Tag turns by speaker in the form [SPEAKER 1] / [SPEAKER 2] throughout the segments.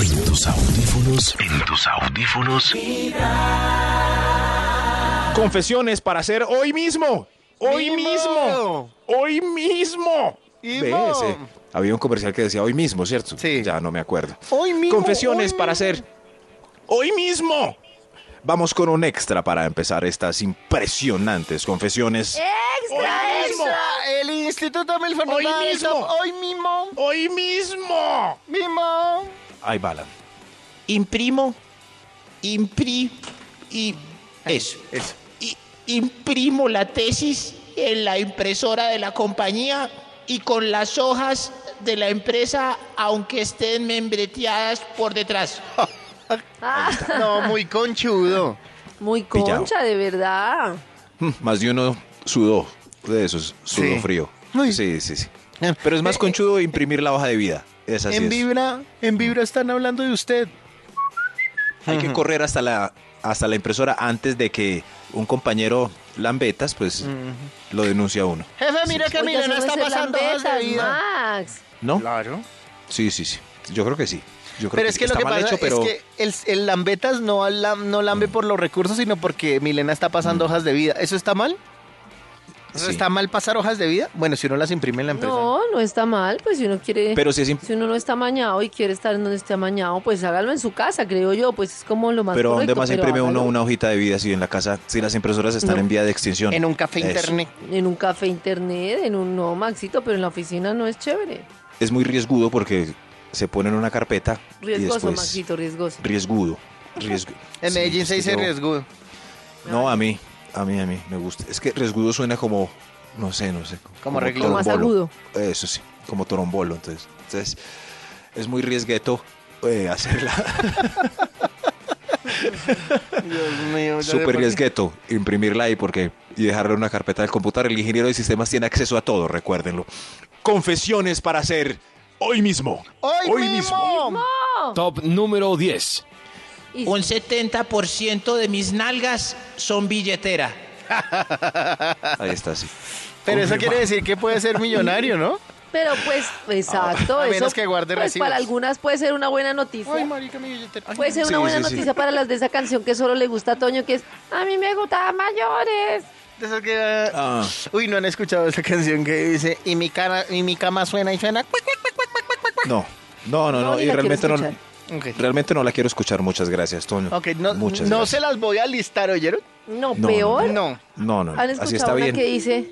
[SPEAKER 1] En tus audífonos, en tus audífonos.
[SPEAKER 2] Confesiones para hacer hoy mismo. Hoy
[SPEAKER 3] ¡Mimo!
[SPEAKER 2] mismo. Hoy mismo.
[SPEAKER 3] ¡Mimo!
[SPEAKER 2] Ve ese. Había un comercial que decía hoy mismo, ¿cierto?
[SPEAKER 3] Sí.
[SPEAKER 2] Ya no me acuerdo.
[SPEAKER 3] Hoy mismo,
[SPEAKER 2] Confesiones
[SPEAKER 3] hoy
[SPEAKER 2] para
[SPEAKER 3] mismo.
[SPEAKER 2] hacer hoy mismo. Vamos con un extra para empezar estas impresionantes confesiones.
[SPEAKER 3] Eh.
[SPEAKER 4] ¡Extra,
[SPEAKER 2] mismo!
[SPEAKER 4] extra!
[SPEAKER 3] El Instituto Milford nos
[SPEAKER 2] Hoy
[SPEAKER 3] va a dar el
[SPEAKER 2] mismo.
[SPEAKER 3] top Hoy mismo.
[SPEAKER 2] Hoy mismo.
[SPEAKER 3] Mismo.
[SPEAKER 2] Ahí balan.
[SPEAKER 5] imprimo, impri, y eso.
[SPEAKER 3] Eso.
[SPEAKER 5] I- imprimo la tesis en la impresora de la compañía y con las hojas de la empresa, aunque estén membreteadas por detrás.
[SPEAKER 3] No, muy conchudo.
[SPEAKER 4] Muy
[SPEAKER 2] Pillado.
[SPEAKER 4] concha, de verdad.
[SPEAKER 2] Mm, Más de uno sudó de esos, sudó
[SPEAKER 3] Sí.
[SPEAKER 2] frío.
[SPEAKER 3] Uy. Eh,
[SPEAKER 2] Sí, sí, sí. Pero es más conchudo imprimir la hoja de vida. Es así.
[SPEAKER 3] en
[SPEAKER 2] es.
[SPEAKER 3] Vibra, en Vibra están hablando de usted.
[SPEAKER 2] Hay que correr hasta la, hasta la impresora antes de que un compañero lambetas, pues, lo denuncia a uno.
[SPEAKER 3] Jefe, mira que
[SPEAKER 4] Oiga,
[SPEAKER 3] Milena
[SPEAKER 4] eso no
[SPEAKER 3] está
[SPEAKER 4] es ser
[SPEAKER 3] pasando hojas de
[SPEAKER 4] lambetas,
[SPEAKER 3] vida.
[SPEAKER 4] Max.
[SPEAKER 2] ¿No?
[SPEAKER 3] Claro.
[SPEAKER 2] Sí, sí, sí. Yo creo que sí. Yo creo
[SPEAKER 3] Pero es que lo
[SPEAKER 2] está
[SPEAKER 3] que
[SPEAKER 2] mal
[SPEAKER 3] pasa
[SPEAKER 2] hecho, pero
[SPEAKER 3] es que el, el lambetas no, la- no lambe por los recursos, sino porque Milena está pasando hojas de vida. ¿Eso está mal? ¿Eso
[SPEAKER 2] Mm. Sí.
[SPEAKER 3] está mal pasar hojas de vida? Bueno, si uno las imprime en la empresa.
[SPEAKER 4] No, no está mal, pues si uno quiere...
[SPEAKER 2] pero sí es imp-
[SPEAKER 4] Si uno no está amañado y quiere estar en donde esté amañado, pues hágalo en su casa, creo yo, pues es como lo más
[SPEAKER 2] pero ¿dónde
[SPEAKER 4] correcto,
[SPEAKER 2] más
[SPEAKER 4] pero
[SPEAKER 2] imprime uno
[SPEAKER 4] hágalo
[SPEAKER 2] una hojita de vida si en la casa, si las impresoras están
[SPEAKER 4] No.
[SPEAKER 2] en vía de extinción?
[SPEAKER 3] En un café
[SPEAKER 2] Eso.
[SPEAKER 3] internet.
[SPEAKER 4] En un café internet, en un... No, Maxito, pero en la oficina no es chévere.
[SPEAKER 2] Es muy riesgudo porque se pone en una carpeta y
[SPEAKER 4] Riesgoso,
[SPEAKER 2] después...
[SPEAKER 4] Maxito, riesgoso.
[SPEAKER 2] Riesgudo. Riesgo.
[SPEAKER 3] En
[SPEAKER 2] Sí,
[SPEAKER 3] Medellín
[SPEAKER 2] es
[SPEAKER 3] se
[SPEAKER 2] que
[SPEAKER 3] dice
[SPEAKER 2] yo-
[SPEAKER 3] riesgo.
[SPEAKER 2] No, a mí, a mí, a mí, me gusta. Es que riesgudo suena como, no sé, no sé.
[SPEAKER 3] arreglado.
[SPEAKER 4] Como más
[SPEAKER 2] trombolo.
[SPEAKER 4] agudo.
[SPEAKER 2] Eso sí, como trombolo. Entonces, entonces es muy riesgueto eh, hacerla.
[SPEAKER 3] Dios mío. Pues ya sé por
[SPEAKER 2] Súper
[SPEAKER 3] qué.
[SPEAKER 2] riesgueto imprimirla ahí porque, y dejarla en una carpeta del computador. El ingeniero de sistemas tiene acceso a todo, recuérdenlo. Confesiones para hacer hoy mismo.
[SPEAKER 3] ¡Hoy, mismo!
[SPEAKER 1] Top número 10.
[SPEAKER 4] Y
[SPEAKER 5] Un 70% de mis nalgas son billetera.
[SPEAKER 2] Ahí está, sí.
[SPEAKER 3] Pero eso quiere decir que puede ser millonario, ¿no?
[SPEAKER 4] Pero pues,
[SPEAKER 2] Ah,
[SPEAKER 4] exacto,
[SPEAKER 3] A
[SPEAKER 4] eso,
[SPEAKER 3] menos que guarde
[SPEAKER 4] pues,
[SPEAKER 3] recibos.
[SPEAKER 4] para algunas puede ser una buena noticia.
[SPEAKER 3] marica, mi billetera. Ay,
[SPEAKER 4] puede ser
[SPEAKER 2] Sí,
[SPEAKER 4] una buena
[SPEAKER 2] sí, sí.
[SPEAKER 4] noticia para las de esa canción que solo le gusta a Toño, que es A mí me gustaban mayores.
[SPEAKER 3] de esas que, ah,
[SPEAKER 2] Ah.
[SPEAKER 3] Uy, no han escuchado esa canción que dice y mi cara y mi cama suena y suena. Cuac, cuac, cuac, cuac, cuac, cuac, cuac.
[SPEAKER 2] No, no, no,
[SPEAKER 4] No,
[SPEAKER 2] no.
[SPEAKER 4] ni
[SPEAKER 2] y
[SPEAKER 4] la quiero
[SPEAKER 2] realmente no,
[SPEAKER 4] escuchar.
[SPEAKER 3] Ok.
[SPEAKER 2] realmente no la quiero escuchar. Muchas gracias, Toño.
[SPEAKER 3] Ok, no,
[SPEAKER 2] Muchas
[SPEAKER 3] no
[SPEAKER 2] gracias.
[SPEAKER 3] se las voy a listar, ¿oyeron?
[SPEAKER 4] No,
[SPEAKER 2] No,
[SPEAKER 4] peor.
[SPEAKER 3] No.
[SPEAKER 2] No, no, no.
[SPEAKER 4] ¿Han
[SPEAKER 2] Así
[SPEAKER 4] escuchado
[SPEAKER 2] está
[SPEAKER 4] una
[SPEAKER 2] bien.
[SPEAKER 4] que dice,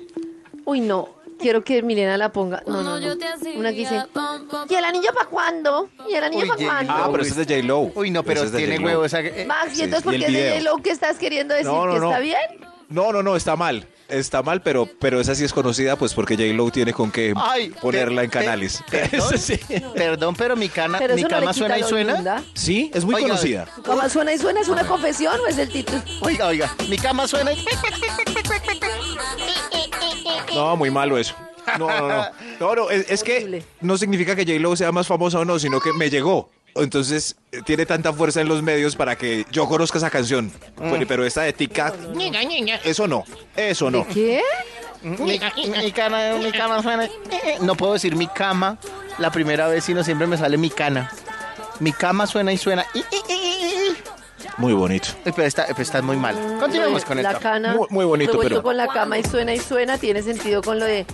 [SPEAKER 4] uy, no, quiero que Milena la ponga? No, no,
[SPEAKER 6] Cuando yo
[SPEAKER 4] no.
[SPEAKER 6] te hacía
[SPEAKER 4] Una que dice,
[SPEAKER 6] pom, pom,
[SPEAKER 4] ¿y el anillo para cuándo? ¿Y el anillo
[SPEAKER 3] Uy,
[SPEAKER 4] para
[SPEAKER 3] J.
[SPEAKER 4] cuándo?
[SPEAKER 2] Ah, pero
[SPEAKER 3] Uy.
[SPEAKER 2] ese es de J-Lo.
[SPEAKER 3] Uy, no, pero
[SPEAKER 2] Ese es de
[SPEAKER 3] tiene
[SPEAKER 2] J-Lo.
[SPEAKER 3] huevo esa. eh,
[SPEAKER 4] Max,
[SPEAKER 2] Sí,
[SPEAKER 4] ¿y entonces por
[SPEAKER 2] y el
[SPEAKER 4] qué es de
[SPEAKER 2] video.
[SPEAKER 4] J-Lo que estás queriendo decir?
[SPEAKER 2] No, no,
[SPEAKER 4] ¿Que
[SPEAKER 2] no.
[SPEAKER 4] está bien?
[SPEAKER 2] No, no, no, está mal. Está mal, pero, pero esa sí es conocida, pues porque J-Lo tiene con qué
[SPEAKER 3] Ay,
[SPEAKER 2] ponerla
[SPEAKER 3] pe-
[SPEAKER 2] en canales.
[SPEAKER 3] pe- perdón.
[SPEAKER 2] Eso sí.
[SPEAKER 3] Perdón, pero mi, cana,
[SPEAKER 4] Pero
[SPEAKER 3] mi
[SPEAKER 4] eso no
[SPEAKER 3] cama
[SPEAKER 4] le quita
[SPEAKER 3] suena y
[SPEAKER 4] lo
[SPEAKER 3] suena.
[SPEAKER 4] linda.
[SPEAKER 2] Sí, es muy
[SPEAKER 3] Oiga,
[SPEAKER 2] conocida.
[SPEAKER 4] ¿Tu cama suena y suena? ¿Es una confesión o es el título?
[SPEAKER 3] Oiga, oiga, mi cama suena y.
[SPEAKER 2] No, muy malo eso. No, no, no. No, no, es, es que
[SPEAKER 4] Horrible.
[SPEAKER 2] no significa que J-Lo sea más famosa o no, sino que me llegó. Entonces, eh, tiene tanta fuerza en los medios para que yo conozca esa canción. Pero, pero esta de Tic Tac,
[SPEAKER 5] Ñiga, ñiga,
[SPEAKER 2] eso no, eso no.
[SPEAKER 4] ¿Qué?
[SPEAKER 3] Mi, mi cana, mi cama suena. eh, eh. No puedo decir mi cama la primera vez, sino siempre me sale mi cana. Mi cama suena y suena. eh, eh, eh, eh.
[SPEAKER 2] Muy bonito.
[SPEAKER 3] Uy, Pero está, pero está muy mal. Continuemos con
[SPEAKER 4] la
[SPEAKER 3] esto.
[SPEAKER 4] cana.
[SPEAKER 2] Muy- muy bonito,
[SPEAKER 4] revuelto
[SPEAKER 2] pero-
[SPEAKER 4] con la cama y suena y suena. Tiene sentido con lo de,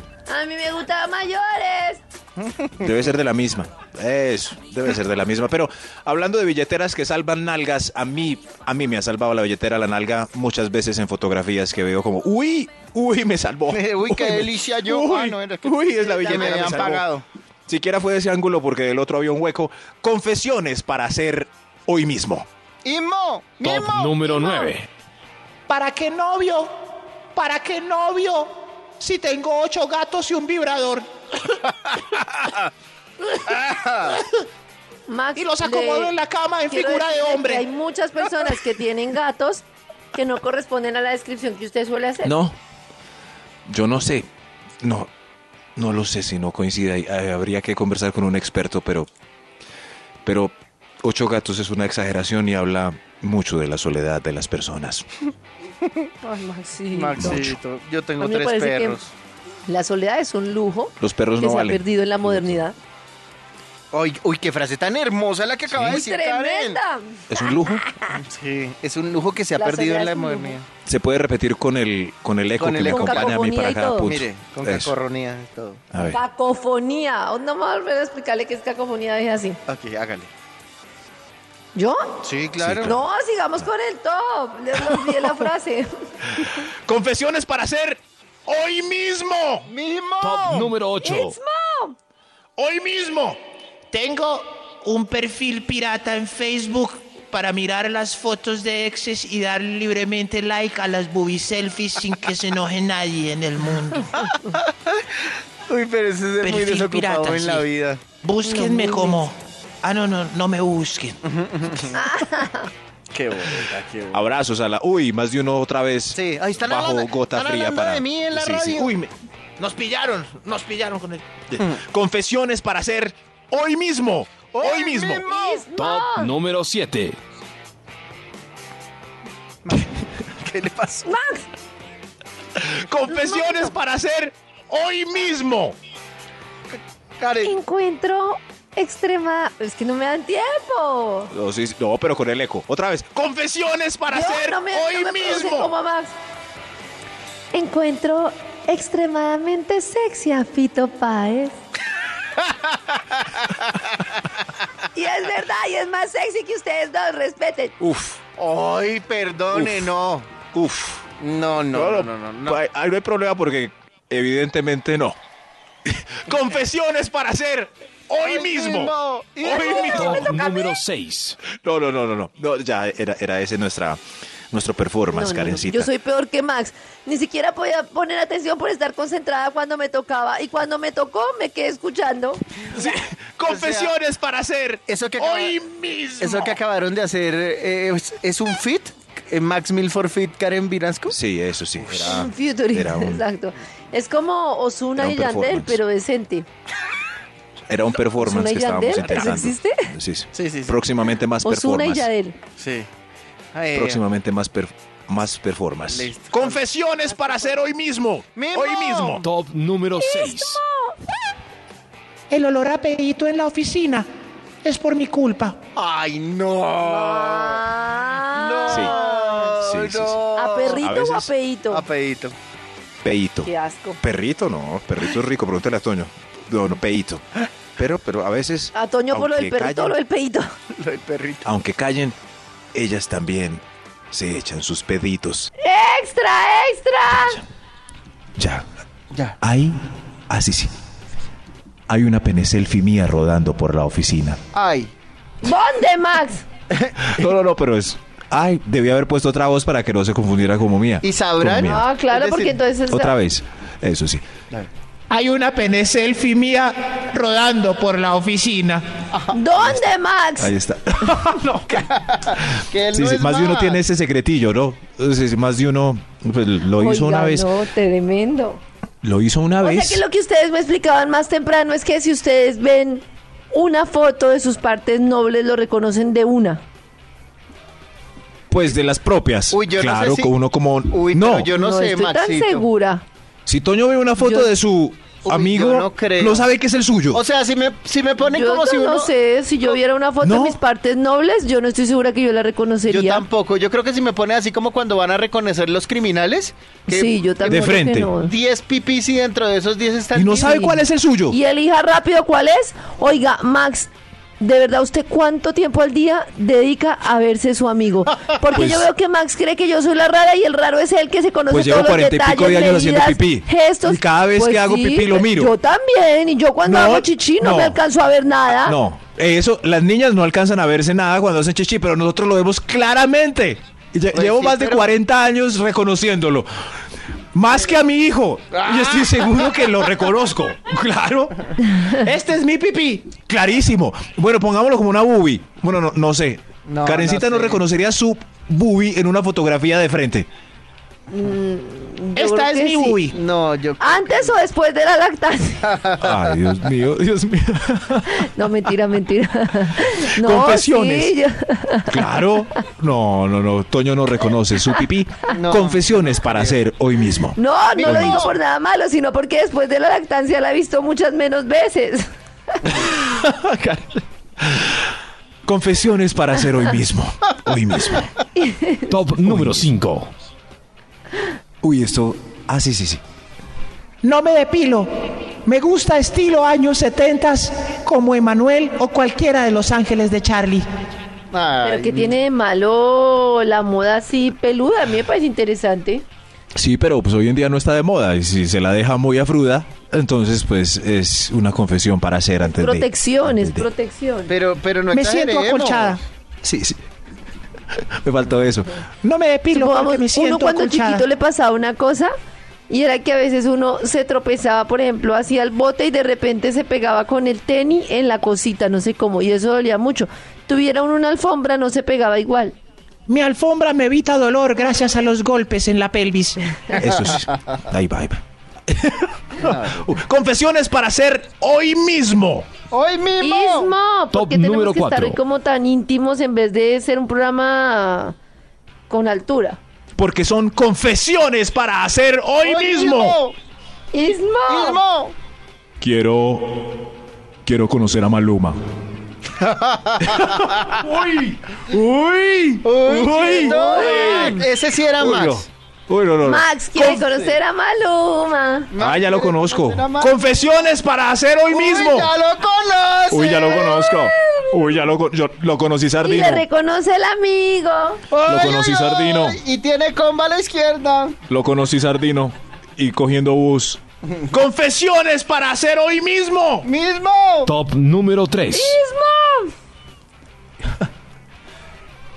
[SPEAKER 4] a mí me gustaban mayores.
[SPEAKER 2] Debe ser de la misma. Eso, debe ser de la misma. Pero hablando de billeteras que salvan nalgas, a mí, a mí me ha salvado la billetera, la nalga, muchas veces en fotografías que veo como, uy, uy, me salvó.
[SPEAKER 3] Uy, qué
[SPEAKER 2] me-
[SPEAKER 3] delicia yo.
[SPEAKER 2] Uy,
[SPEAKER 3] Ah, no, era que-
[SPEAKER 2] uy, es la
[SPEAKER 3] me
[SPEAKER 2] billetera.
[SPEAKER 3] habían
[SPEAKER 2] salvó".
[SPEAKER 3] pagado.
[SPEAKER 2] Siquiera fue de ese ángulo porque del otro había un hueco. Confesiones para hacer hoy mismo.
[SPEAKER 3] ¡Imo!
[SPEAKER 1] Top
[SPEAKER 3] ¡Mimo!
[SPEAKER 1] número 9.
[SPEAKER 5] ¿Para qué novio? ¿Para qué novio? Si tengo ocho gatos y un vibrador.
[SPEAKER 4] Max,
[SPEAKER 5] Y los acomodo
[SPEAKER 4] le-
[SPEAKER 5] en la cama en
[SPEAKER 4] quiero
[SPEAKER 5] figura de
[SPEAKER 4] decirle
[SPEAKER 5] hombre.
[SPEAKER 4] que Hay muchas personas que tienen gatos que no corresponden a la descripción que usted suele hacer.
[SPEAKER 2] No, yo no sé. No, no lo sé si no coincide. Eh, Habría que conversar con un experto, pero. Pero ocho gatos es una exageración y habla mucho de la soledad de las personas.
[SPEAKER 4] Ay, Maxito.
[SPEAKER 3] Maxito, yo
[SPEAKER 4] A
[SPEAKER 3] tengo
[SPEAKER 4] mí me
[SPEAKER 3] tres
[SPEAKER 4] parece que
[SPEAKER 3] perros.
[SPEAKER 4] La soledad es un lujo
[SPEAKER 2] Los perros
[SPEAKER 4] que
[SPEAKER 2] no
[SPEAKER 4] se ha
[SPEAKER 2] valen.
[SPEAKER 4] perdido en la modernidad.
[SPEAKER 3] Uy, uy, qué frase tan hermosa la que acaba de
[SPEAKER 4] Uy,
[SPEAKER 3] decir Karen.
[SPEAKER 4] tremenda.
[SPEAKER 2] Es un lujo.
[SPEAKER 3] Sí, es un lujo que se ha
[SPEAKER 4] La
[SPEAKER 3] perdido
[SPEAKER 4] soledad
[SPEAKER 3] en la
[SPEAKER 4] es un lujo.
[SPEAKER 3] modernidad.
[SPEAKER 2] Se puede repetir con el, con el eco
[SPEAKER 3] Con
[SPEAKER 2] que
[SPEAKER 3] el
[SPEAKER 2] me
[SPEAKER 3] eco. Con
[SPEAKER 2] acompaña a mí para
[SPEAKER 4] cacofonía y
[SPEAKER 2] cada
[SPEAKER 4] todo.
[SPEAKER 2] punto.
[SPEAKER 3] Mire, con
[SPEAKER 2] Eso.
[SPEAKER 3] cacorronía y todo.
[SPEAKER 2] A ver.
[SPEAKER 4] Cacofonía. Oh, No me voy a volver a explicarle qué es cacofonía, dije así.
[SPEAKER 3] Ok, hágale.
[SPEAKER 4] ¿Yo?
[SPEAKER 3] Sí, claro.
[SPEAKER 4] No, sigamos con el top. Les olvidé la frase.
[SPEAKER 5] Confesiones para hacer hoy mismo.
[SPEAKER 3] ¡Mimo!
[SPEAKER 1] Top número 8.
[SPEAKER 4] It's mom.
[SPEAKER 5] Hoy mismo tengo un perfil pirata en Facebook para mirar las fotos de exes y dar libremente like a las booby selfies sin que se enoje nadie en el mundo.
[SPEAKER 3] Uy, pero ese es el muy
[SPEAKER 5] Perfil
[SPEAKER 3] desocupado
[SPEAKER 5] pirata,
[SPEAKER 3] en la
[SPEAKER 5] sí.
[SPEAKER 3] vida.
[SPEAKER 5] Búsquenme como... Ah, no, no, no me busquen.
[SPEAKER 3] Qué bonita, qué bonita.
[SPEAKER 2] Abrazos a la. Uy, más de uno otra vez.
[SPEAKER 3] Sí, ahí están
[SPEAKER 2] Bajo
[SPEAKER 3] hablando-
[SPEAKER 2] gota
[SPEAKER 3] están
[SPEAKER 2] fría
[SPEAKER 3] hablando
[SPEAKER 2] para.
[SPEAKER 3] de mí en la
[SPEAKER 2] Sí, sí.
[SPEAKER 3] radio.
[SPEAKER 2] Uy, me-
[SPEAKER 5] Nos pillaron, nos pillaron con el...
[SPEAKER 2] Confesiones para hacer hoy mismo. Hoy, mismo.
[SPEAKER 4] It's
[SPEAKER 1] Top
[SPEAKER 4] mom.
[SPEAKER 1] número 7.
[SPEAKER 3] ¿Qué le pasó?
[SPEAKER 4] Max.
[SPEAKER 2] Confesiones para hacer hoy mismo.
[SPEAKER 3] Karen.
[SPEAKER 4] Encuentro extrema. Es que no me dan tiempo.
[SPEAKER 2] No, sí, sí, no, pero con el eco. Otra vez. Confesiones para
[SPEAKER 4] Yo
[SPEAKER 2] hacer
[SPEAKER 4] no me-
[SPEAKER 2] hoy
[SPEAKER 4] no me puse
[SPEAKER 2] mismo.
[SPEAKER 4] como Max. Encuentro extremadamente sexy a Fito Páez. y es verdad, y es más sexy que ustedes dos, respeten.
[SPEAKER 2] Uf,
[SPEAKER 3] Ay, perdone,
[SPEAKER 2] Uf.
[SPEAKER 3] no.
[SPEAKER 2] uf.
[SPEAKER 3] No, no, no, no, no. no.
[SPEAKER 2] Ahí ahí no hay problema porque evidentemente no. Confesiones para hacer hoy mismo. Hoy mismo.
[SPEAKER 1] Top número 6.
[SPEAKER 2] No, no, no, no, no. No, ya era, era ese nuestra, nuestro performance,
[SPEAKER 4] No, no, no,
[SPEAKER 2] Karencita.
[SPEAKER 4] Yo soy peor que Max. Ni siquiera podía poner atención por estar concentrada cuando me tocaba. Y cuando me tocó, me quedé escuchando.
[SPEAKER 2] Confesiones para hacer
[SPEAKER 3] Eso que acaba-
[SPEAKER 2] hoy mismo.
[SPEAKER 3] Eso que acabaron de hacer eh, es, es un fit. Eh, Max Milford fit Karen Vinasco.
[SPEAKER 2] Sí, eso sí. Era,
[SPEAKER 4] Un featuring,
[SPEAKER 2] Ah, era un,
[SPEAKER 4] exacto. Es como Osuna
[SPEAKER 2] era
[SPEAKER 4] y
[SPEAKER 2] un
[SPEAKER 4] Yandel,
[SPEAKER 2] performance.
[SPEAKER 4] pero decente.
[SPEAKER 2] era un performance
[SPEAKER 4] ¿Ozuna y
[SPEAKER 2] que estábamos
[SPEAKER 4] Yandel? ¿Eso
[SPEAKER 2] intentando.
[SPEAKER 4] existe?
[SPEAKER 2] Sí, sí.
[SPEAKER 3] Sí, sí, sí.
[SPEAKER 2] Próximamente más
[SPEAKER 4] Osuna y
[SPEAKER 2] performance.
[SPEAKER 4] Yadel.
[SPEAKER 3] Sí.
[SPEAKER 2] Eh,
[SPEAKER 3] Ay,
[SPEAKER 2] Próximamente más, per- más performance.
[SPEAKER 3] Listo.
[SPEAKER 2] Confesiones para hacer hoy mismo.
[SPEAKER 3] ¡Mimo!
[SPEAKER 2] Hoy mismo.
[SPEAKER 1] Top número 6.
[SPEAKER 5] El olor a pedito en la oficina es por mi culpa.
[SPEAKER 3] Ay, no.
[SPEAKER 4] Ah,
[SPEAKER 2] Sí. Sí,
[SPEAKER 3] No,
[SPEAKER 2] sí, sí.
[SPEAKER 3] no.
[SPEAKER 4] ¿A perrito
[SPEAKER 2] A
[SPEAKER 4] o a
[SPEAKER 2] veces-
[SPEAKER 4] peito?
[SPEAKER 3] A pedito.
[SPEAKER 2] Peito.
[SPEAKER 4] Qué asco.
[SPEAKER 2] Perrito no, perrito es rico, pregúntale a Toño. No, no, peito. Pero, pero a veces.
[SPEAKER 4] A Toño por lo del
[SPEAKER 2] aunque
[SPEAKER 4] perrito o
[SPEAKER 2] callen-
[SPEAKER 4] lo del peito.
[SPEAKER 3] Lo del perrito.
[SPEAKER 2] Aunque callen, ellas también se echan sus peditos.
[SPEAKER 4] ¡Extra, extra!
[SPEAKER 2] Ya.
[SPEAKER 3] Ya.
[SPEAKER 2] Hay. Así sí. Hay una pene selfie mía rodando por la oficina.
[SPEAKER 3] Ay.
[SPEAKER 4] ¿Dónde, Max?
[SPEAKER 2] No, no, no, pero es. Ay, debí haber puesto otra voz para que no se confundiera como mía.
[SPEAKER 3] ¿Y sabrán?
[SPEAKER 2] Como mía.
[SPEAKER 4] Ah, claro,
[SPEAKER 3] Es decir,
[SPEAKER 4] porque entonces...
[SPEAKER 2] Otra vez. Eso sí.
[SPEAKER 5] Hay una pene selfie mía rodando por la oficina.
[SPEAKER 4] ¿Dónde, Max?
[SPEAKER 2] Ahí está.
[SPEAKER 3] Que él
[SPEAKER 2] Sí,
[SPEAKER 3] no
[SPEAKER 2] sí,
[SPEAKER 3] es
[SPEAKER 2] más de uno
[SPEAKER 3] Max.
[SPEAKER 2] tiene ese secretillo, ¿no? Sí, sí, más de uno pues, lo hizo
[SPEAKER 4] Oiga,
[SPEAKER 2] una vez.
[SPEAKER 4] no, tremendo.
[SPEAKER 2] Lo hizo una
[SPEAKER 4] O sea
[SPEAKER 2] vez.
[SPEAKER 4] que lo que ustedes me explicaban más temprano es que si ustedes ven una foto de sus partes nobles, lo reconocen de una.
[SPEAKER 2] Pues de las propias.
[SPEAKER 3] Uy, yo no
[SPEAKER 2] claro,
[SPEAKER 3] sé si-
[SPEAKER 2] con uno como.
[SPEAKER 3] Uy,
[SPEAKER 2] no,
[SPEAKER 3] pero yo no, sé,
[SPEAKER 4] estoy tan
[SPEAKER 3] Maxito.
[SPEAKER 4] segura.
[SPEAKER 2] si Toño ve una foto
[SPEAKER 4] Yo-
[SPEAKER 2] de su
[SPEAKER 3] Uy,
[SPEAKER 2] amigo,
[SPEAKER 3] yo no creo.
[SPEAKER 2] no sabe que es el suyo.
[SPEAKER 3] O sea, si me, si me ponen
[SPEAKER 4] Yo
[SPEAKER 3] como si
[SPEAKER 4] no
[SPEAKER 3] uno...
[SPEAKER 4] sé, si yo viera una foto
[SPEAKER 2] ¿No?
[SPEAKER 4] de mis partes nobles, yo no estoy segura que yo la reconocería.
[SPEAKER 3] Yo tampoco. Yo creo que si me pone así como cuando van a reconocer los criminales. Que
[SPEAKER 4] Sí, yo también.
[SPEAKER 2] De frente.
[SPEAKER 3] 10 pipis y dentro de esos 10 están...
[SPEAKER 2] y no sabe
[SPEAKER 4] sí.
[SPEAKER 2] cuál es el suyo.
[SPEAKER 4] Y elija rápido cuál es. Oiga, Max, de verdad, ¿usted cuánto tiempo al día dedica a verse su amigo? Porque yo
[SPEAKER 2] Pues-
[SPEAKER 4] veo que Max cree que yo soy la rara y el raro es el que se conoce
[SPEAKER 2] Pues llevo
[SPEAKER 4] todos
[SPEAKER 2] 40 y
[SPEAKER 4] los
[SPEAKER 2] pico
[SPEAKER 4] detalles,
[SPEAKER 2] de años haciendo
[SPEAKER 4] medidas,
[SPEAKER 2] pipí.
[SPEAKER 4] gestos. Pues
[SPEAKER 2] Y cada vez que hago pipí lo miro.
[SPEAKER 4] Yo también, y yo cuando
[SPEAKER 2] No,
[SPEAKER 4] hago chichi no,
[SPEAKER 2] no.
[SPEAKER 4] me alcanzo a ver
[SPEAKER 3] Ah.
[SPEAKER 4] nada.
[SPEAKER 2] No, eh, eso, las niñas no alcanzan a verse nada cuando hacen chichi, pero nosotros lo vemos claramente. Y lle-
[SPEAKER 3] Pues
[SPEAKER 2] Llevo
[SPEAKER 3] sí,
[SPEAKER 2] más de
[SPEAKER 3] pero-
[SPEAKER 2] 40 años reconociéndolo. Más que a mi hijo. Y estoy seguro que lo reconozco. Claro. Este es mi pipí. Clarísimo. Bueno, pongámoslo como una bubi. Bueno, no, no sé.
[SPEAKER 3] No,
[SPEAKER 2] Karencita
[SPEAKER 3] no
[SPEAKER 2] no,
[SPEAKER 3] sé.
[SPEAKER 2] reconocería su bubi en una fotografía de frente.
[SPEAKER 4] Yo creo
[SPEAKER 5] Esta es
[SPEAKER 4] que
[SPEAKER 5] mi
[SPEAKER 4] sí.
[SPEAKER 5] bubi.
[SPEAKER 3] No, yo...
[SPEAKER 4] Antes o después de la lactancia.
[SPEAKER 2] Ay, Dios mío, Dios mío.
[SPEAKER 4] No, mentira, mentira. No,
[SPEAKER 2] Confesiones.
[SPEAKER 4] sí, yo-
[SPEAKER 2] Claro. No, no, no. Toño no reconoce su pipí.
[SPEAKER 3] No.
[SPEAKER 2] Confesiones para hacer hoy mismo.
[SPEAKER 4] No, no lo
[SPEAKER 2] Bueno.
[SPEAKER 4] digo por nada malo, sino porque después de la lactancia la he visto muchas menos veces.
[SPEAKER 2] Confesiones para hacer hoy mismo. Hoy mismo.
[SPEAKER 1] Top número 5.
[SPEAKER 2] Uy, esto. Ah, sí, sí, sí.
[SPEAKER 5] No me depilo. Me gusta estilo años 70 como Emanuel o cualquiera de Los Ángeles de Charlie.
[SPEAKER 4] Pero
[SPEAKER 3] mm.
[SPEAKER 4] que tiene de malo la moda así peluda, a mí me parece interesante.
[SPEAKER 2] Sí, pero pues hoy en día no está de moda y si se la deja muy afruda, entonces pues es una confesión para hacer antes de-
[SPEAKER 4] protección, es
[SPEAKER 2] antes de-
[SPEAKER 4] protección.
[SPEAKER 3] Pero, pero no
[SPEAKER 5] me siento
[SPEAKER 3] exageremos.
[SPEAKER 5] acolchada.
[SPEAKER 2] Sí, sí. Me faltó eso.
[SPEAKER 5] No me depilo
[SPEAKER 4] Supongamos,
[SPEAKER 5] porque me
[SPEAKER 4] uno
[SPEAKER 5] siento
[SPEAKER 4] cuando
[SPEAKER 5] acolchada.
[SPEAKER 4] chiquito le pasaba una cosa y era que a veces uno se tropezaba, por ejemplo, hacía el bote y de repente se pegaba con el tenis en la cosita, no sé cómo, y eso dolía mucho. Tuviera uno una alfombra, no se pegaba igual.
[SPEAKER 5] Mi alfombra me evita dolor gracias a los golpes en la pelvis.
[SPEAKER 2] Eso sí. Ahí va, ahí va. Uh, Confesiones para hacer hoy mismo.
[SPEAKER 3] ¡Hoy mismo!
[SPEAKER 4] ¡Ismo!
[SPEAKER 1] Top
[SPEAKER 4] ¿Por qué tenemos
[SPEAKER 1] número
[SPEAKER 4] que estar
[SPEAKER 1] cuatro.
[SPEAKER 4] hoy como tan íntimos en vez de ser un programa con altura?
[SPEAKER 2] Porque son confesiones para hacer hoy, mismo.
[SPEAKER 4] ¡Ismo!
[SPEAKER 3] ¡Ismo!
[SPEAKER 2] Quiero. Quiero conocer a Maluma. uy, uy,
[SPEAKER 3] ¡Uy,
[SPEAKER 2] uy.
[SPEAKER 3] no! eh, Ese sí era
[SPEAKER 2] Uy,
[SPEAKER 3] Max.
[SPEAKER 2] no. Uy, no, no, no.
[SPEAKER 4] Max quiere conocer a Maluma.
[SPEAKER 2] Ah, ya lo conozco.
[SPEAKER 3] ¿Será Max?
[SPEAKER 2] Confesiones para hacer hoy mismo.
[SPEAKER 3] ¡Uy, ya lo conoce!
[SPEAKER 2] Uy, ya lo conozco. Uy, ya lo, con- yo, lo conocí
[SPEAKER 4] Y le
[SPEAKER 2] sardino.
[SPEAKER 4] reconoce el amigo.
[SPEAKER 2] Lo conocí, Sardino.
[SPEAKER 3] Y tiene comba a la izquierda.
[SPEAKER 2] Lo conocí sardino. Y cogiendo bus. Confesiones para hacer hoy mismo.
[SPEAKER 3] ¡Mismo!
[SPEAKER 1] Top número 3.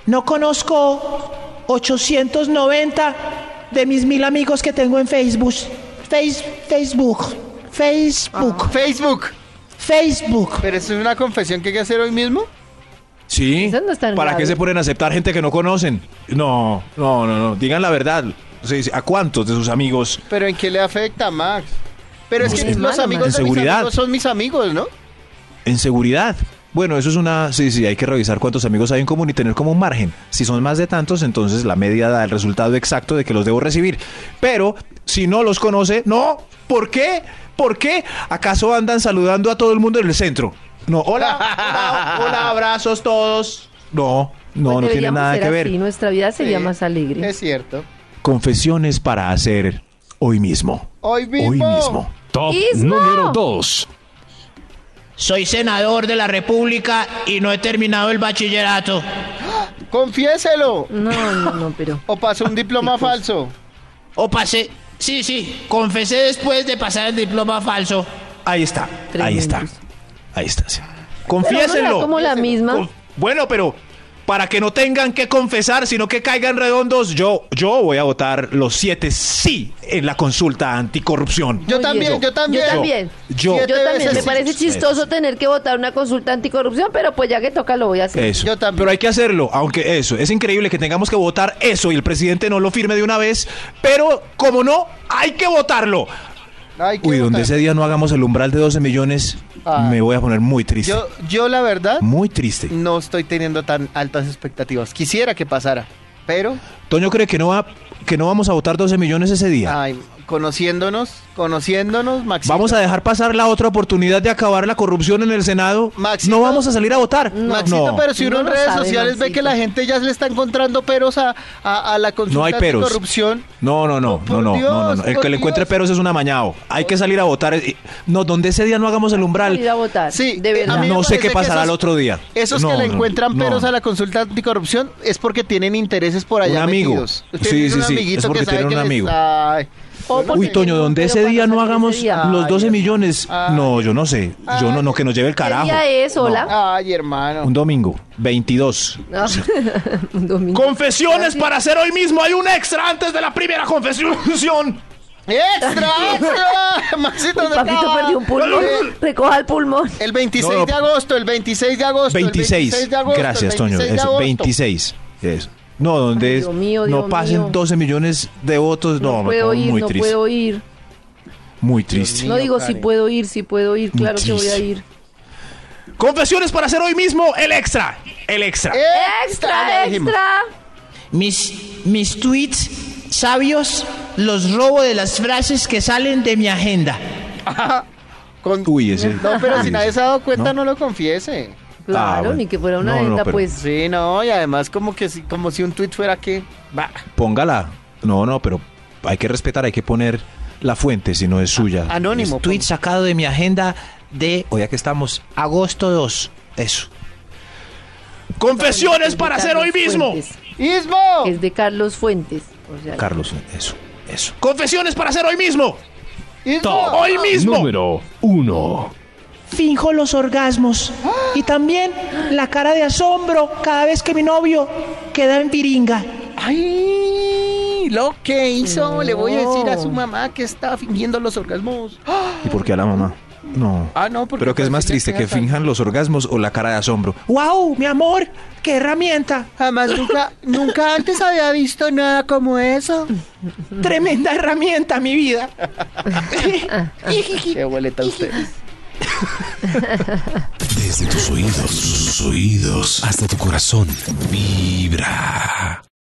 [SPEAKER 5] No conozco 890 de mis mil amigos que tengo en Facebook. Face- Facebook. Facebook.
[SPEAKER 3] Facebook.
[SPEAKER 5] Facebook.
[SPEAKER 3] ¿Pero eso es una confesión que hay que hacer hoy mismo?
[SPEAKER 2] Sí.
[SPEAKER 4] Eso no es tan
[SPEAKER 2] ¿Para
[SPEAKER 4] grave.
[SPEAKER 2] qué se ponen a aceptar gente que no conocen? No, no, no, no. Digan la verdad. Sí, sí. ¿A cuántos de sus amigos?
[SPEAKER 3] ¿Pero en qué le afecta, Max? Pero es
[SPEAKER 4] No
[SPEAKER 3] que
[SPEAKER 4] sé.
[SPEAKER 3] los
[SPEAKER 4] Malo,
[SPEAKER 3] amigos
[SPEAKER 4] Max.
[SPEAKER 3] de
[SPEAKER 2] En
[SPEAKER 3] mis
[SPEAKER 2] seguridad.
[SPEAKER 3] amigos son mis amigos, ¿no?
[SPEAKER 2] En seguridad. Bueno, eso es una. Sí, sí, hay que revisar cuántos amigos hay en común y tener como un margen. Si son más de tantos, entonces la media da el resultado exacto de que los debo recibir. Pero si no los conoce, no. ¿Por qué? ¿Por qué? ¿Acaso andan saludando a todo el mundo en el centro? No, hola, hola, hola, abrazos todos. No, no,
[SPEAKER 4] Pues
[SPEAKER 2] no tiene
[SPEAKER 4] deberíamos
[SPEAKER 2] nada
[SPEAKER 4] ser
[SPEAKER 2] que ver.
[SPEAKER 4] así, nuestra vida sería
[SPEAKER 3] Sí,
[SPEAKER 4] más alegre.
[SPEAKER 3] Es cierto.
[SPEAKER 2] Confesiones para hacer hoy mismo.
[SPEAKER 3] Hoy mismo.
[SPEAKER 2] Hoy mismo.
[SPEAKER 1] Top
[SPEAKER 4] Ismo.
[SPEAKER 1] número 2.
[SPEAKER 5] Soy senador de la República y no he terminado el bachillerato.
[SPEAKER 3] Confiéselo.
[SPEAKER 4] No, no, no, pero.
[SPEAKER 3] O pasó un diploma falso.
[SPEAKER 5] O pasé. Sí, sí, confesé después de pasar el diploma falso.
[SPEAKER 2] Ahí está, ahí
[SPEAKER 4] Tremendos.
[SPEAKER 2] está. Ahí está. sí.
[SPEAKER 4] Pero uno era
[SPEAKER 2] Confiésenlo.
[SPEAKER 4] como la misma.
[SPEAKER 2] Con- Bueno, pero para que no tengan que confesar, sino que caigan redondos, yo, yo voy a votar los siete sí en la consulta anticorrupción.
[SPEAKER 3] Yo
[SPEAKER 4] Muy
[SPEAKER 3] también,
[SPEAKER 4] bien.
[SPEAKER 3] yo también.
[SPEAKER 4] Yo también.
[SPEAKER 2] Yo-
[SPEAKER 4] Yo
[SPEAKER 3] Siete
[SPEAKER 4] también.
[SPEAKER 3] veces
[SPEAKER 4] Me
[SPEAKER 3] sí.
[SPEAKER 4] parece chistoso tener que votar una consulta anticorrupción, pero pues ya que toca lo voy a hacer.
[SPEAKER 2] Eso.
[SPEAKER 3] Yo también.
[SPEAKER 2] Pero hay que hacerlo, aunque eso. Es increíble que tengamos que votar eso y el presidente no lo firme de una vez, pero como no, hay que votarlo.
[SPEAKER 3] Ay, qué
[SPEAKER 2] Uy, donde
[SPEAKER 3] bota-
[SPEAKER 2] ese día no hagamos el umbral de 12 millones,
[SPEAKER 3] Ah.
[SPEAKER 2] me voy a poner muy triste.
[SPEAKER 3] Yo, yo la verdad,
[SPEAKER 2] Muy triste.
[SPEAKER 3] no estoy teniendo tan altas expectativas. Quisiera que pasara, pero
[SPEAKER 2] Toño cree que no, va, que no vamos a votar 12 millones ese día.
[SPEAKER 3] ay, conociéndonos, conociéndonos, Max.
[SPEAKER 2] Vamos a dejar pasar la otra oportunidad de acabar la corrupción en el Senado.
[SPEAKER 3] Maxito.
[SPEAKER 2] no vamos a salir a votar.
[SPEAKER 3] Maxito,
[SPEAKER 2] no.
[SPEAKER 3] pero si uno
[SPEAKER 4] No
[SPEAKER 3] en
[SPEAKER 4] lo
[SPEAKER 3] redes
[SPEAKER 4] sabe,
[SPEAKER 3] sociales ve
[SPEAKER 4] Maxito.
[SPEAKER 3] que la gente ya le está encontrando peros a, a, a la consulta
[SPEAKER 2] No hay peros.
[SPEAKER 3] de corrupción.
[SPEAKER 2] No, no, no,
[SPEAKER 3] por
[SPEAKER 2] no, no,
[SPEAKER 3] Dios,
[SPEAKER 2] no, no, El
[SPEAKER 3] por
[SPEAKER 2] que le encuentre
[SPEAKER 3] Dios.
[SPEAKER 2] peros es un amañado. Hay que salir a votar. Eh, No, donde ese día no hagamos el
[SPEAKER 4] Ir a
[SPEAKER 2] umbral.
[SPEAKER 4] votar.
[SPEAKER 3] Sí,
[SPEAKER 4] de
[SPEAKER 3] eh,
[SPEAKER 4] verdad.
[SPEAKER 3] a mí me
[SPEAKER 2] Ah, No sé
[SPEAKER 3] parece
[SPEAKER 2] qué
[SPEAKER 3] que
[SPEAKER 2] pasará el
[SPEAKER 3] esos-
[SPEAKER 2] otro día.
[SPEAKER 3] Esos
[SPEAKER 2] No,
[SPEAKER 3] que le
[SPEAKER 2] no,
[SPEAKER 3] encuentran
[SPEAKER 2] no.
[SPEAKER 3] peros a la consulta anticorrupción es porque tienen intereses por allá.
[SPEAKER 2] Un amigo.
[SPEAKER 3] metidos.
[SPEAKER 2] Sí,
[SPEAKER 3] Tienen
[SPEAKER 2] sí,
[SPEAKER 3] un
[SPEAKER 2] sí, es
[SPEAKER 3] amiguito
[SPEAKER 2] porque
[SPEAKER 3] que sabe
[SPEAKER 2] tienen
[SPEAKER 3] que
[SPEAKER 2] un
[SPEAKER 3] les-
[SPEAKER 2] amigo.
[SPEAKER 3] Ay.
[SPEAKER 4] O porque
[SPEAKER 2] Uy, Toño,
[SPEAKER 4] no,
[SPEAKER 2] donde
[SPEAKER 4] pero
[SPEAKER 2] ese
[SPEAKER 4] cuando
[SPEAKER 2] día no
[SPEAKER 4] salga ese
[SPEAKER 2] hagamos
[SPEAKER 4] día.
[SPEAKER 2] los 12
[SPEAKER 3] Ay,
[SPEAKER 2] millones. No, yo no sé. Yo no, no, que nos lleve el carajo. Ah,
[SPEAKER 4] ¿Qué día es, hola?
[SPEAKER 3] Ay, hermano.
[SPEAKER 2] Un domingo, 22.
[SPEAKER 4] No. Un domingo.
[SPEAKER 2] Confesiones para hacer hoy mismo. Hay un extra antes de la primera confesión.
[SPEAKER 3] ¡Extra! ¡Extra! Maxito, ¿dónde
[SPEAKER 4] Papito
[SPEAKER 3] estaba?
[SPEAKER 4] perdió un pulmón.
[SPEAKER 3] El-
[SPEAKER 4] Recoja el pulmón.
[SPEAKER 3] El 26
[SPEAKER 2] No, no.
[SPEAKER 3] de agosto, el 26 de agosto. el
[SPEAKER 2] 26.
[SPEAKER 3] de agosto,
[SPEAKER 2] Gracias,
[SPEAKER 3] el
[SPEAKER 2] Toño.
[SPEAKER 3] 26 de
[SPEAKER 2] Eso,
[SPEAKER 3] agosto.
[SPEAKER 2] 26. Eso. No, donde
[SPEAKER 4] Ay,
[SPEAKER 2] es-
[SPEAKER 4] Dios mío,
[SPEAKER 2] no
[SPEAKER 4] Dios
[SPEAKER 2] pasen
[SPEAKER 4] mío.
[SPEAKER 2] 12 millones de votos. No,
[SPEAKER 4] No,
[SPEAKER 2] me
[SPEAKER 4] puedo
[SPEAKER 2] pongo
[SPEAKER 4] ir,
[SPEAKER 2] muy
[SPEAKER 4] no
[SPEAKER 2] triste.
[SPEAKER 4] puedo ir.
[SPEAKER 2] Muy triste.
[SPEAKER 4] No digo si
[SPEAKER 3] Karen.
[SPEAKER 4] puedo ir, si puedo ir, claro que voy a
[SPEAKER 2] triste.
[SPEAKER 4] ir.
[SPEAKER 2] Confesiones para hacer hoy mismo. El extra. El extra.
[SPEAKER 3] Eh,
[SPEAKER 4] ¡Extra,
[SPEAKER 3] Ya dijimos.
[SPEAKER 4] extra!
[SPEAKER 2] Ah,
[SPEAKER 5] Mis, mis tweets sabios los robo de las frases que salen de mi agenda.
[SPEAKER 3] Con-
[SPEAKER 2] Uy, ese-
[SPEAKER 3] No, pero si
[SPEAKER 2] uy,
[SPEAKER 3] nadie
[SPEAKER 2] ese-
[SPEAKER 3] se ha dado cuenta,
[SPEAKER 2] ¿no?
[SPEAKER 3] no, lo confiese.
[SPEAKER 4] Claro,
[SPEAKER 2] bueno.
[SPEAKER 4] ni que fuera una
[SPEAKER 2] No, no,
[SPEAKER 4] venta,
[SPEAKER 2] pero-
[SPEAKER 4] pues.
[SPEAKER 3] Sí, no, y además como que si, como si un tuit fuera que... Bah,
[SPEAKER 2] Póngala. No, no, pero hay que respetar, hay que poner la fuente si no es suya.
[SPEAKER 3] anónimo.
[SPEAKER 5] Es tweet sacado de mi agenda de,
[SPEAKER 2] O ya que estamos.
[SPEAKER 5] agosto 2. Eso.
[SPEAKER 3] eh,
[SPEAKER 4] Confesiones para hacer hoy mismo.
[SPEAKER 3] pon- ¡Ismo!
[SPEAKER 4] Es de Carlos Fuentes. O sea,
[SPEAKER 2] Carlos, eso, eso.
[SPEAKER 5] Confesiones para hacer hoy mismo.
[SPEAKER 3] ¡Ismo!
[SPEAKER 1] Número uno.
[SPEAKER 5] Finjo los orgasmos y también la cara de asombro cada vez que mi novio queda en piringa.
[SPEAKER 3] ¡Ay! Lo que hizo, le voy a decir a su
[SPEAKER 4] No.
[SPEAKER 3] mamá que está fingiendo los orgasmos.
[SPEAKER 2] ¿Y por qué a la mamá? No.
[SPEAKER 3] Ah, no, porque
[SPEAKER 2] Pero que es más
[SPEAKER 3] parece
[SPEAKER 2] triste que
[SPEAKER 3] queda tan-
[SPEAKER 2] finjan los orgasmos o la cara de asombro.
[SPEAKER 5] ¡Wow, mi amor! ¡Qué herramienta!
[SPEAKER 3] Jamás nunca, nunca antes había visto nada como eso.
[SPEAKER 5] ¡Tremenda herramienta, mi vida!
[SPEAKER 3] Qué boleta usted.
[SPEAKER 6] Desde tus oídos, sus oídos, hasta tu corazón, vibra.